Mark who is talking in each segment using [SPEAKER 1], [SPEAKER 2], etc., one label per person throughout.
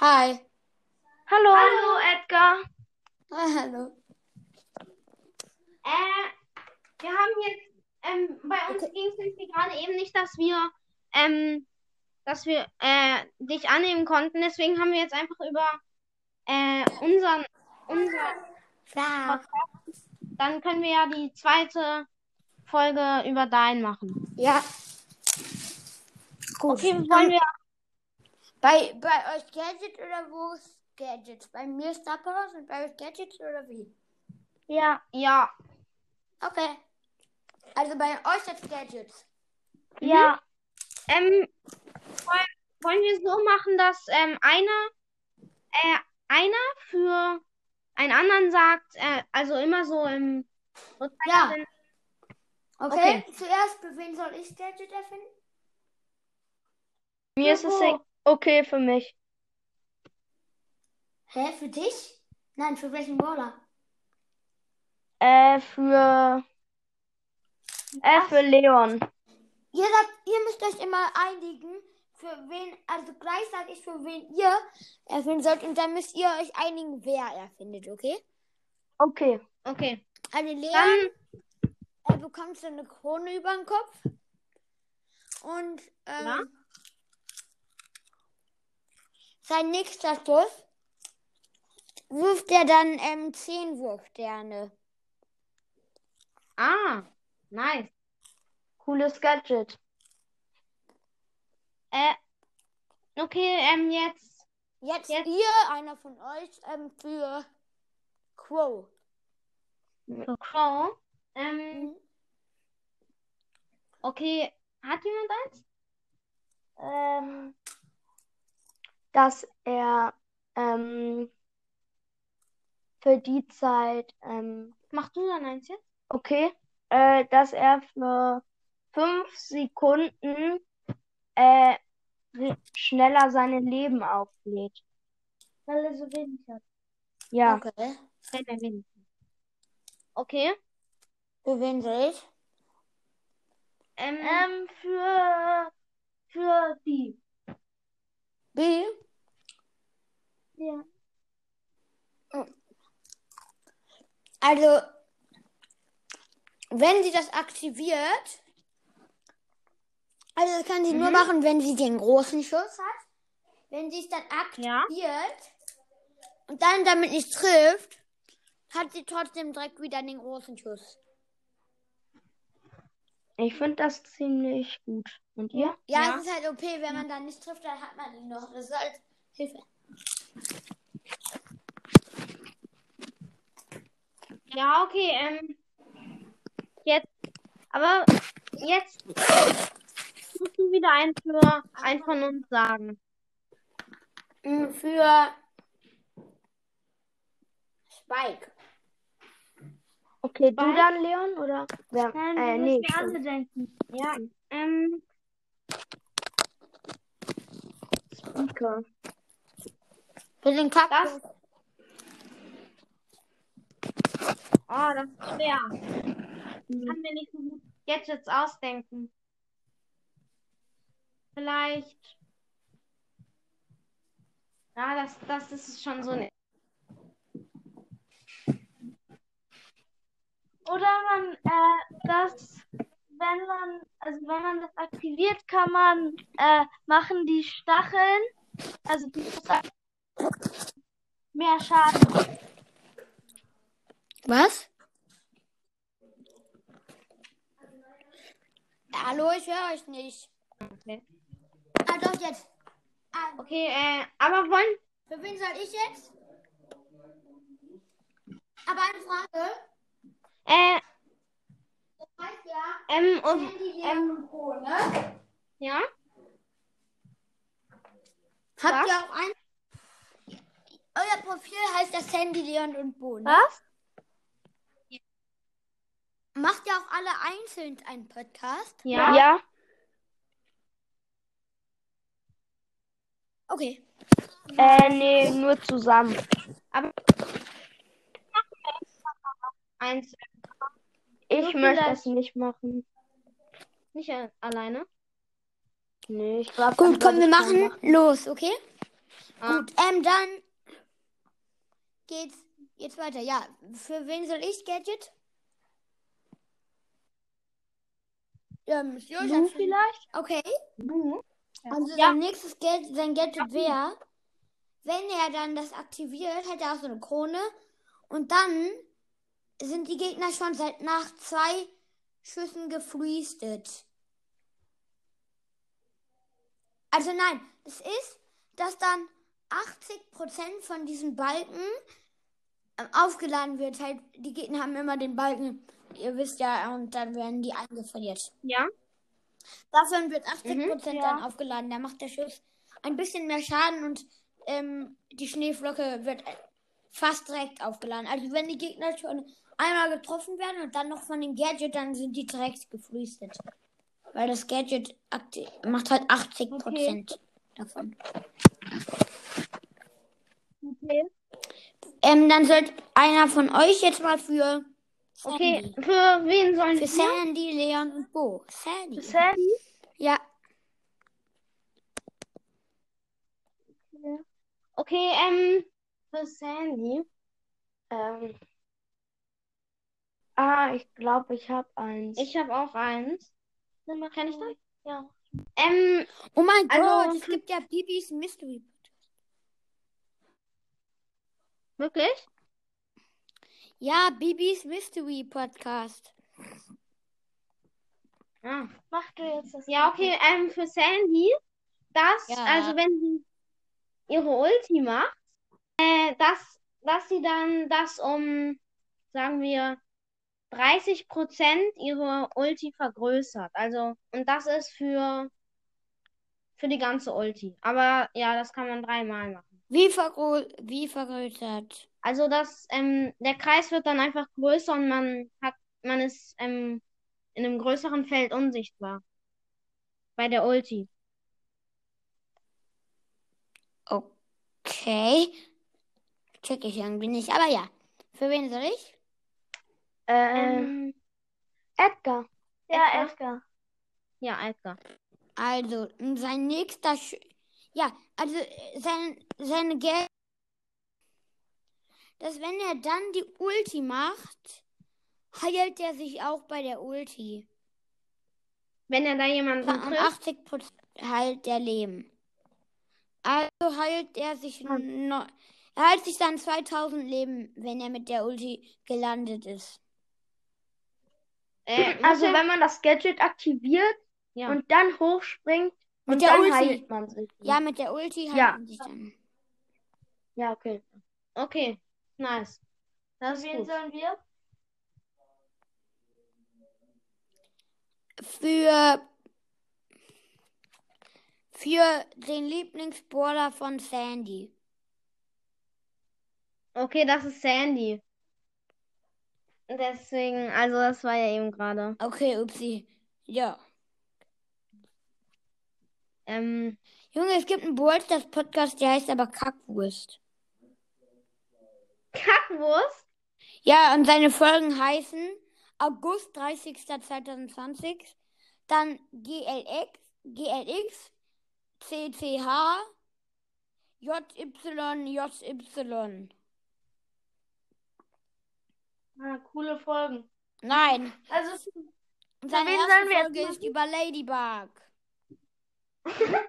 [SPEAKER 1] Hi.
[SPEAKER 2] Hallo.
[SPEAKER 3] Hallo Edgar.
[SPEAKER 1] Ah, hallo.
[SPEAKER 3] Äh, wir haben jetzt, ähm, bei uns ging es nämlich gerade eben nicht, dass wir, ähm, dass wir äh, dich annehmen konnten. Deswegen haben wir jetzt einfach über äh, unseren, unser,
[SPEAKER 1] Klar.
[SPEAKER 3] dann können wir ja die zweite Folge über dein machen.
[SPEAKER 1] Ja. Gut. Hm.
[SPEAKER 3] Okay, wollen wir,
[SPEAKER 1] Bei, bei euch Gadget oder wo ist Gadget? Bei mir Star Powers und bei euch Gadget oder wie?
[SPEAKER 3] ja, ja,
[SPEAKER 1] Okay. Also bei euch jetzt Gadgets.
[SPEAKER 3] ja.
[SPEAKER 1] Mhm.
[SPEAKER 3] Ähm, wollen, wollen wir so machen, dass ähm, einer, äh, einer für einen anderen sagt, äh, also immer so im
[SPEAKER 1] Ja.
[SPEAKER 3] Uhrzeigersinn.
[SPEAKER 1] Okay. Zuerst, für wen soll ich Gadget erfinden?
[SPEAKER 3] Mir ist es
[SPEAKER 1] Also
[SPEAKER 3] e- okay für mich.
[SPEAKER 1] Hä, für dich? Nein, für welchen Brawler?
[SPEAKER 3] Äh, für. Äh, für Leon.
[SPEAKER 1] Ihr sagt, ihr müsst euch immer einigen, für wen, also gleich sage ich, für wen ihr erfinden sollt und dann müsst ihr euch einigen, wer erfindet, okay?
[SPEAKER 3] Okay. Okay.
[SPEAKER 1] Also Leon,
[SPEAKER 3] Dann-
[SPEAKER 1] er bekommt so eine Krone über den Kopf und ähm,
[SPEAKER 3] Ja?
[SPEAKER 1] sein nächster Schuss wirft er dann ähm, 10 Wurfsterne.
[SPEAKER 3] Ah, nice. Cooles Gadget. Äh, okay, ähm, jetzt.
[SPEAKER 1] Jetzt,
[SPEAKER 3] Jetzt-
[SPEAKER 1] ihr, einer von euch, ähm, für Crow.
[SPEAKER 3] Crow. Ähm, okay. Hat jemand eins?
[SPEAKER 2] Ähm, dass er ähm, für die Zeit, ähm,
[SPEAKER 3] Mach du dann eins jetzt?
[SPEAKER 2] okay, äh, dass er für fünf Sekunden äh, re- schneller seine Leben auflädt.
[SPEAKER 3] Weil er so wenig hat.
[SPEAKER 2] Ja,
[SPEAKER 1] Okay.
[SPEAKER 3] Fällt mir wenig. Okay.
[SPEAKER 1] Für wen soll ich?
[SPEAKER 3] Ähm,
[SPEAKER 2] ähm, für, für die.
[SPEAKER 1] B.
[SPEAKER 2] Ja.
[SPEAKER 1] Also, wenn sie das aktiviert, also das kann sie nur machen, wenn sie den großen Schuss hat. Wenn sie es dann aktiviert
[SPEAKER 3] Ja.
[SPEAKER 1] und dann damit nicht trifft, hat sie trotzdem direkt wieder den großen Schuss.
[SPEAKER 2] Ich finde das ziemlich gut. Und ihr?
[SPEAKER 1] Ja,
[SPEAKER 3] Ja.
[SPEAKER 1] es ist halt OP, wenn man dann nicht trifft, dann hat man ihn noch. Das ist halt Hilfe.
[SPEAKER 3] Ja, okay, ähm, jetzt, aber jetzt musst du wieder einen für einen von uns sagen.
[SPEAKER 1] Mm, Für Spike.
[SPEAKER 2] Okay, du
[SPEAKER 3] Bald?
[SPEAKER 2] dann, Leon, oder? Ja, äh, nee, Hm. stimmt.
[SPEAKER 3] denken. Ja, ähm,
[SPEAKER 2] Speaker.
[SPEAKER 1] Für den Kaktus.
[SPEAKER 3] oh, das ist Mhm. schwer. Ich kann mir nicht so gut jetzt jetzt ausdenken. Vielleicht, ja, das, das ist schon so
[SPEAKER 2] ne-
[SPEAKER 3] ein,
[SPEAKER 2] Oder man, äh, das, wenn man, also wenn man das aktiviert, kann man, äh, machen die Stacheln, also die Stacheln mehr Schaden.
[SPEAKER 1] Was? Hallo, ich höre euch nicht.
[SPEAKER 3] okay,
[SPEAKER 1] Ah, doch, jetzt. Ah,
[SPEAKER 3] okay äh, aber wollen,
[SPEAKER 1] für wen soll ich jetzt? Aber eine Frage.
[SPEAKER 3] äh,
[SPEAKER 1] Das heißt ja,
[SPEAKER 3] ähm, und,
[SPEAKER 1] wenn die ähm, Krone.
[SPEAKER 3] ja?
[SPEAKER 1] Habt ihr auch ein... Euer Profil heißt das Handy Leon und ne? Bohnen.
[SPEAKER 2] Was?
[SPEAKER 1] Macht ihr auch alle einzeln einen Podcast?
[SPEAKER 3] Ja.
[SPEAKER 2] ja.
[SPEAKER 1] Okay.
[SPEAKER 2] Äh, nee, nur zusammen.
[SPEAKER 3] Eins.
[SPEAKER 2] Ich
[SPEAKER 3] So
[SPEAKER 2] möchte
[SPEAKER 3] vielleicht.
[SPEAKER 2] das nicht machen.
[SPEAKER 3] Nicht a- alleine.
[SPEAKER 2] Nee, ich glaube,
[SPEAKER 1] Gut, komm, wir machen los, okay?
[SPEAKER 3] Ah.
[SPEAKER 1] Gut, ähm, dann geht's jetzt weiter. Ja, für wen soll ich Gadget? Ähm, ich
[SPEAKER 2] Du vielleicht?
[SPEAKER 1] Okay.
[SPEAKER 3] Du?
[SPEAKER 1] Also
[SPEAKER 3] Ja.
[SPEAKER 1] sein nächstes Gadget, sein Gadget wäre, wenn er dann das aktiviert, hat er auch so eine Krone. Und dann sind die Gegner schon seit nach zwei Schüssen gefriestet. Also nein, es ist, dass dann 80% von diesen Balken ähm, aufgeladen wird. Halt, die Gegner haben immer den Balken, ihr wisst ja, und dann werden die eingefriert.
[SPEAKER 3] Ja.
[SPEAKER 1] Davon wird
[SPEAKER 3] Mhm,
[SPEAKER 1] 80% Prozent
[SPEAKER 2] ja.
[SPEAKER 1] dann aufgeladen. Da macht der Schuss ein bisschen mehr Schaden und ähm, die Schneeflocke wird äh, fast direkt aufgeladen. Also wenn die Gegner schon einmal getroffen werden und dann noch von dem Gadget, dann sind die direkt geflüstet. Weil das Gadget akti- macht halt 80% Prozent davon.
[SPEAKER 2] Okay.
[SPEAKER 1] Ähm, dann sollte einer von euch jetzt mal für
[SPEAKER 3] Okay,
[SPEAKER 1] Sandy.
[SPEAKER 3] für wen sollen
[SPEAKER 1] Für
[SPEAKER 3] wir?
[SPEAKER 1] Sandy, Leon und Bo. Sandy.
[SPEAKER 2] Sandy?
[SPEAKER 1] Ja,
[SPEAKER 3] Okay, ähm, für Sandy. Ähm,
[SPEAKER 2] Ah, ich glaube, ich habe eins.
[SPEAKER 3] ich habe auch eins.
[SPEAKER 2] kann ich das? Ja.
[SPEAKER 3] Ähm,
[SPEAKER 1] Oh mein
[SPEAKER 3] Also-
[SPEAKER 1] Gott, es gibt ja Bibis Mystery.
[SPEAKER 3] wirklich?
[SPEAKER 1] Ja, Bibis Mystery Podcast.
[SPEAKER 3] Ah.
[SPEAKER 2] Mach du jetzt das.
[SPEAKER 4] Mhm.
[SPEAKER 3] Ja, okay, ähm, für Sandy, dass,
[SPEAKER 1] Ja.
[SPEAKER 3] also wenn sie ihre Ulti macht, äh, dass, dass sie dann das um, sagen wir, 30 Prozent ihre Ulti vergrößert. Also, und das ist für, für die ganze Ulti. Aber ja, das kann man dreimal machen.
[SPEAKER 1] Wie, vergro wie vergrößert?
[SPEAKER 3] Also, das, ähm, der Kreis wird dann einfach größer und man hat, man ist, ähm, in einem größeren Feld unsichtbar. Bei der Ulti.
[SPEAKER 1] Okay. Check ich irgendwie nicht, aber ja. Für wen soll ich?
[SPEAKER 2] Ähm, Edgar. Ja, Edgar.
[SPEAKER 3] Ja, Edgar.
[SPEAKER 1] Also, m, sein nächster. Sch ja, also äh, sein, seine Geld. Dass wenn er dann die Ulti macht, heilt er sich auch bei der Ulti.
[SPEAKER 3] Wenn er da jemanden
[SPEAKER 1] Von an
[SPEAKER 3] trifft,
[SPEAKER 1] 80 Prozent heilt der Leben. Also heilt er sich neu, er heilt sich dann 2000 Leben, wenn er mit der Ulti gelandet ist.
[SPEAKER 3] äh, muss
[SPEAKER 2] Also
[SPEAKER 3] er-
[SPEAKER 2] wenn man das Gadget aktiviert
[SPEAKER 3] ja.
[SPEAKER 2] und dann hochspringt
[SPEAKER 1] Mit
[SPEAKER 2] und
[SPEAKER 1] der
[SPEAKER 2] dann
[SPEAKER 1] Ulti.
[SPEAKER 2] heilt man sich.
[SPEAKER 1] Ja, mit der Ulti heilt
[SPEAKER 2] Ja.
[SPEAKER 1] man sich dann.
[SPEAKER 2] ja okay.
[SPEAKER 3] okay, nice. Das ist gut.
[SPEAKER 2] sollen wir?
[SPEAKER 1] Für für den Lieblingsbrawler von Sandy.
[SPEAKER 3] Okay, das ist Sandy. Deswegen, also das war ja eben gerade.
[SPEAKER 1] Okay, upsi. Ja.
[SPEAKER 3] Ähm,
[SPEAKER 1] Junge, es gibt einen Brawl Stars Podcast, der heißt aber Kackwurst.
[SPEAKER 3] Kackwurst?
[SPEAKER 1] Ja, und seine Folgen heißen August 30. 2020, dann GLX, GLX, CCH, JY, JY.
[SPEAKER 2] Ah, coole Folgen.
[SPEAKER 1] Nein,
[SPEAKER 2] Also
[SPEAKER 1] und seine
[SPEAKER 2] wen
[SPEAKER 1] erste
[SPEAKER 2] sollen wir jetzt
[SPEAKER 1] Folge ist über Ladybug.
[SPEAKER 2] für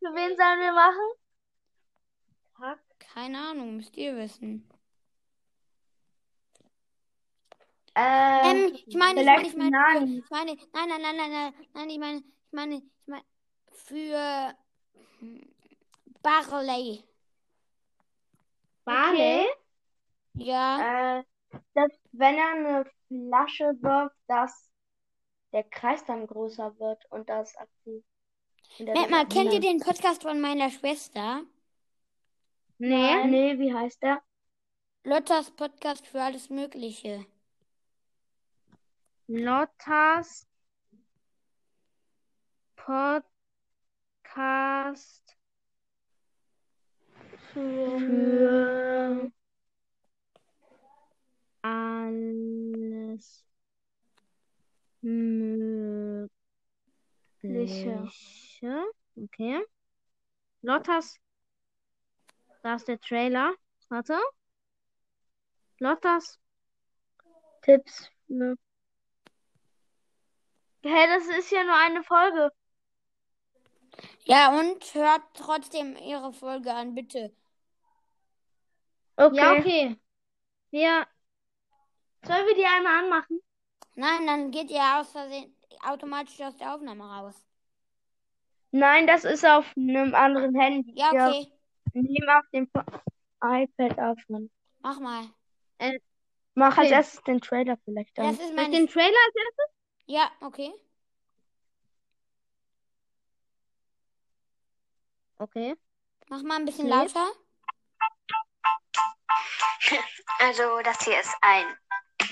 [SPEAKER 2] wen sollen wir machen?
[SPEAKER 1] Keine Ahnung, müsst ihr wissen.
[SPEAKER 2] Ähm,
[SPEAKER 1] Ähm, ich meine, ich meine,
[SPEAKER 2] vielleicht
[SPEAKER 1] ich meine,
[SPEAKER 2] Nani.
[SPEAKER 1] ich meine, nein, nein, nein, nein, nein, nein, ich meine, ich meine, ich meine, für hm, Barley.
[SPEAKER 3] Barley?
[SPEAKER 1] Ja,
[SPEAKER 2] äh, dass wenn er eine Flasche wirft, dass der Kreis dann größer wird und das aktiv. und der
[SPEAKER 1] Merk mal,
[SPEAKER 2] das
[SPEAKER 1] kennt ihr
[SPEAKER 2] aktiviert.
[SPEAKER 1] den Podcast von meiner Schwester?
[SPEAKER 3] Nee.
[SPEAKER 2] Nee, wie heißt der?
[SPEAKER 1] Lottas Podcast für alles Mögliche.
[SPEAKER 3] Lottas Podcast für alles Mögliche. Okay. Lottas Da ist der Trailer. Warte. Lottas
[SPEAKER 2] Tipps. Ne? Hey, das ist ja nur eine Folge.
[SPEAKER 1] Ja, und hört trotzdem ihre Folge an, bitte.
[SPEAKER 2] Okay.
[SPEAKER 3] Ja, okay. Wir,
[SPEAKER 2] Sollen wir die einmal anmachen?
[SPEAKER 1] Nein, dann geht ihr aus Versehen automatisch aus der Aufnahme raus.
[SPEAKER 2] Nein, das ist auf einem anderen Handy.
[SPEAKER 1] Ja,
[SPEAKER 2] Wir
[SPEAKER 1] okay.
[SPEAKER 2] nehmen auf dem iPad auf. Mann.
[SPEAKER 1] Mach mal.
[SPEAKER 2] Mach als
[SPEAKER 3] Okay.
[SPEAKER 2] erstes den Trailer vielleicht an.
[SPEAKER 1] Das ist
[SPEAKER 3] mit
[SPEAKER 1] mein.
[SPEAKER 3] dem Trailer als erstes?
[SPEAKER 1] Ja, okay.
[SPEAKER 3] Okay.
[SPEAKER 1] Mach mal ein bisschen
[SPEAKER 3] Nee.
[SPEAKER 1] lauter.
[SPEAKER 4] Also, das hier ist ein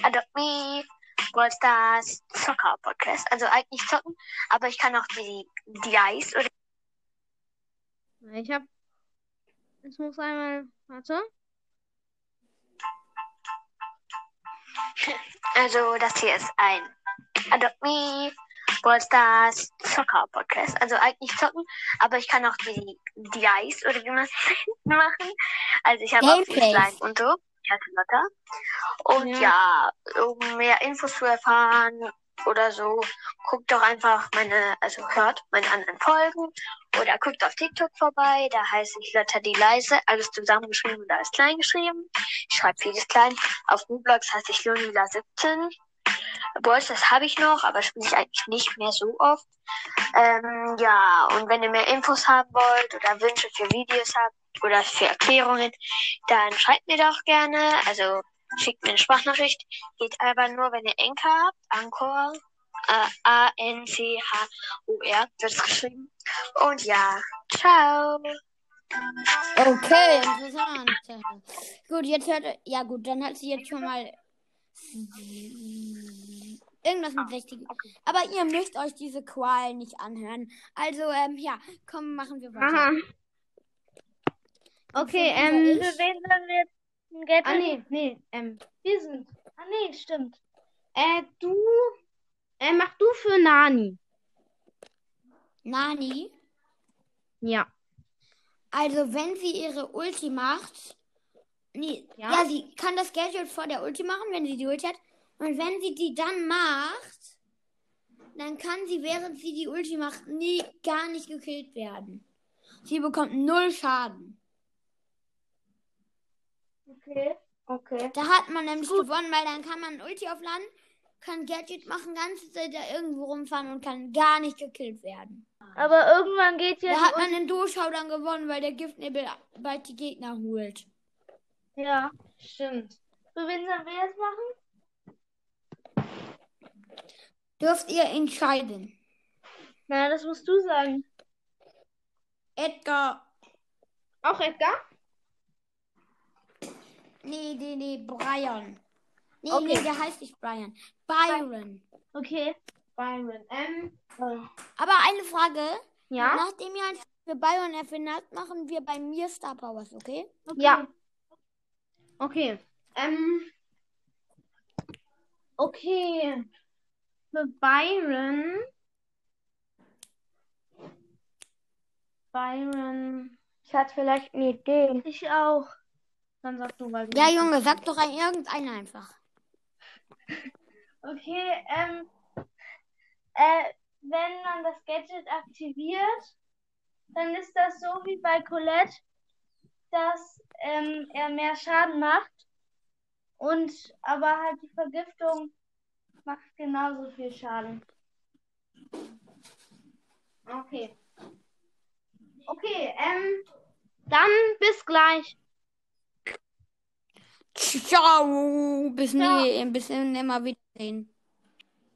[SPEAKER 4] Adopt Me Brawl Stars Zocker Podcast. Also eigentlich zocken, aber ich kann auch die, die Dice oder
[SPEAKER 3] Ich hab. Ich muss einmal. Warte.
[SPEAKER 4] also das hier ist ein Adopt Me Brawl Stars Zocker Podcast. Also eigentlich zocken, aber ich kann auch die, die Dice oder wie man es nennt, machen. Also ich habe auch viel
[SPEAKER 1] Gameplays.
[SPEAKER 4] Slime und so. Ich hatte Lotta. Und ja. um mehr Infos zu erfahren oder so, guckt doch einfach meine, also hört meine anderen Folgen oder guckt auf TikTok vorbei. Da heiße ich Lotta die Leise, alles zusammengeschrieben und alles klein geschrieben. Ich schreibe vieles klein. Auf Roblox heiße ich Lunila 17. Boys, das habe ich noch, aber spiele ich eigentlich nicht mehr so oft. Ähm, ja, und wenn ihr mehr Infos haben wollt oder Wünsche für Videos habt oder für Erklärungen, dann schreibt mir doch gerne. Also schickt mir eine Sprachnachricht. Geht aber nur, wenn ihr Enker habt. Ankor. Äh, A-N-C-H-O-R wird es geschrieben. Und ja, ciao.
[SPEAKER 1] Okay, interessant. Gut, jetzt hört. Ja, gut, dann hat sie jetzt schon mal. Irgendwas mit 60. Aber ihr müsst euch diese Qualen nicht anhören. Also, ähm, ja, komm, machen wir weiter.
[SPEAKER 3] Aha.
[SPEAKER 1] Und
[SPEAKER 3] Okay,
[SPEAKER 1] von dieser
[SPEAKER 3] ähm.
[SPEAKER 1] Ich-
[SPEAKER 2] Für wen sollen wir jetzt ein Geld
[SPEAKER 3] Ah,
[SPEAKER 2] annehmen?
[SPEAKER 3] nee, nee, ähm.
[SPEAKER 2] Wir sind. Ah, nee, stimmt.
[SPEAKER 3] Äh, du. Äh, mach du für Nani.
[SPEAKER 1] Nani,
[SPEAKER 3] Ja.
[SPEAKER 1] also wenn sie ihre Ulti macht. Nee, ja.
[SPEAKER 3] Ja?
[SPEAKER 1] sie kann das Gadget vor der Ulti machen, wenn sie die Ulti hat. Und wenn sie die dann macht, dann kann sie, während sie die Ulti macht, nie gar nicht gekillt werden. Sie bekommt null Schaden.
[SPEAKER 2] Okay. Okay.
[SPEAKER 1] Da hat man nämlich gewonnen, weil dann kann man Ulti aufladen, kann Gadget machen, ganze Zeit da irgendwo rumfahren und kann gar nicht gekillt werden.
[SPEAKER 2] Aber irgendwann geht ja
[SPEAKER 1] Da
[SPEAKER 2] die
[SPEAKER 1] hat man den Durchschau dann gewonnen, weil der Giftnebel bald die Gegner holt.
[SPEAKER 2] Un- Ja.
[SPEAKER 3] Stimmt.
[SPEAKER 2] Für wen sollen wir jetzt machen?
[SPEAKER 1] Dürft ihr entscheiden.
[SPEAKER 2] Na, das musst du sagen.
[SPEAKER 1] Edgar,
[SPEAKER 3] Auch Edgar?
[SPEAKER 1] nee, nee, nee, Brian. Nee,
[SPEAKER 3] Okay.
[SPEAKER 1] nee, der heißt nicht Brian. Byron.
[SPEAKER 2] Okay.
[SPEAKER 3] Byron. Ähm.
[SPEAKER 1] Aber eine Frage.
[SPEAKER 3] Ja?
[SPEAKER 1] Nachdem ihr ein Spiel für Byron erfinden habt, machen wir bei mir Star Powers, okay?
[SPEAKER 3] Ja. Okay. Ähm. Okay. Für Byron. Byron.
[SPEAKER 2] Ich hatte vielleicht eine Idee.
[SPEAKER 3] Ich auch. Dann sag du, weil du.
[SPEAKER 1] Ja, Junge, sag doch ein- irgendeinen einfach.
[SPEAKER 2] Okay, ähm, äh, wenn man das Gadget aktiviert, dann ist das so wie bei Colette, dass ähm, er mehr Schaden macht. Und aber halt die Vergiftung macht genauso viel Schaden.
[SPEAKER 3] Okay. Okay, ähm. Dann bis gleich.
[SPEAKER 1] Ciao, bis nie, bis immer wiedersehen.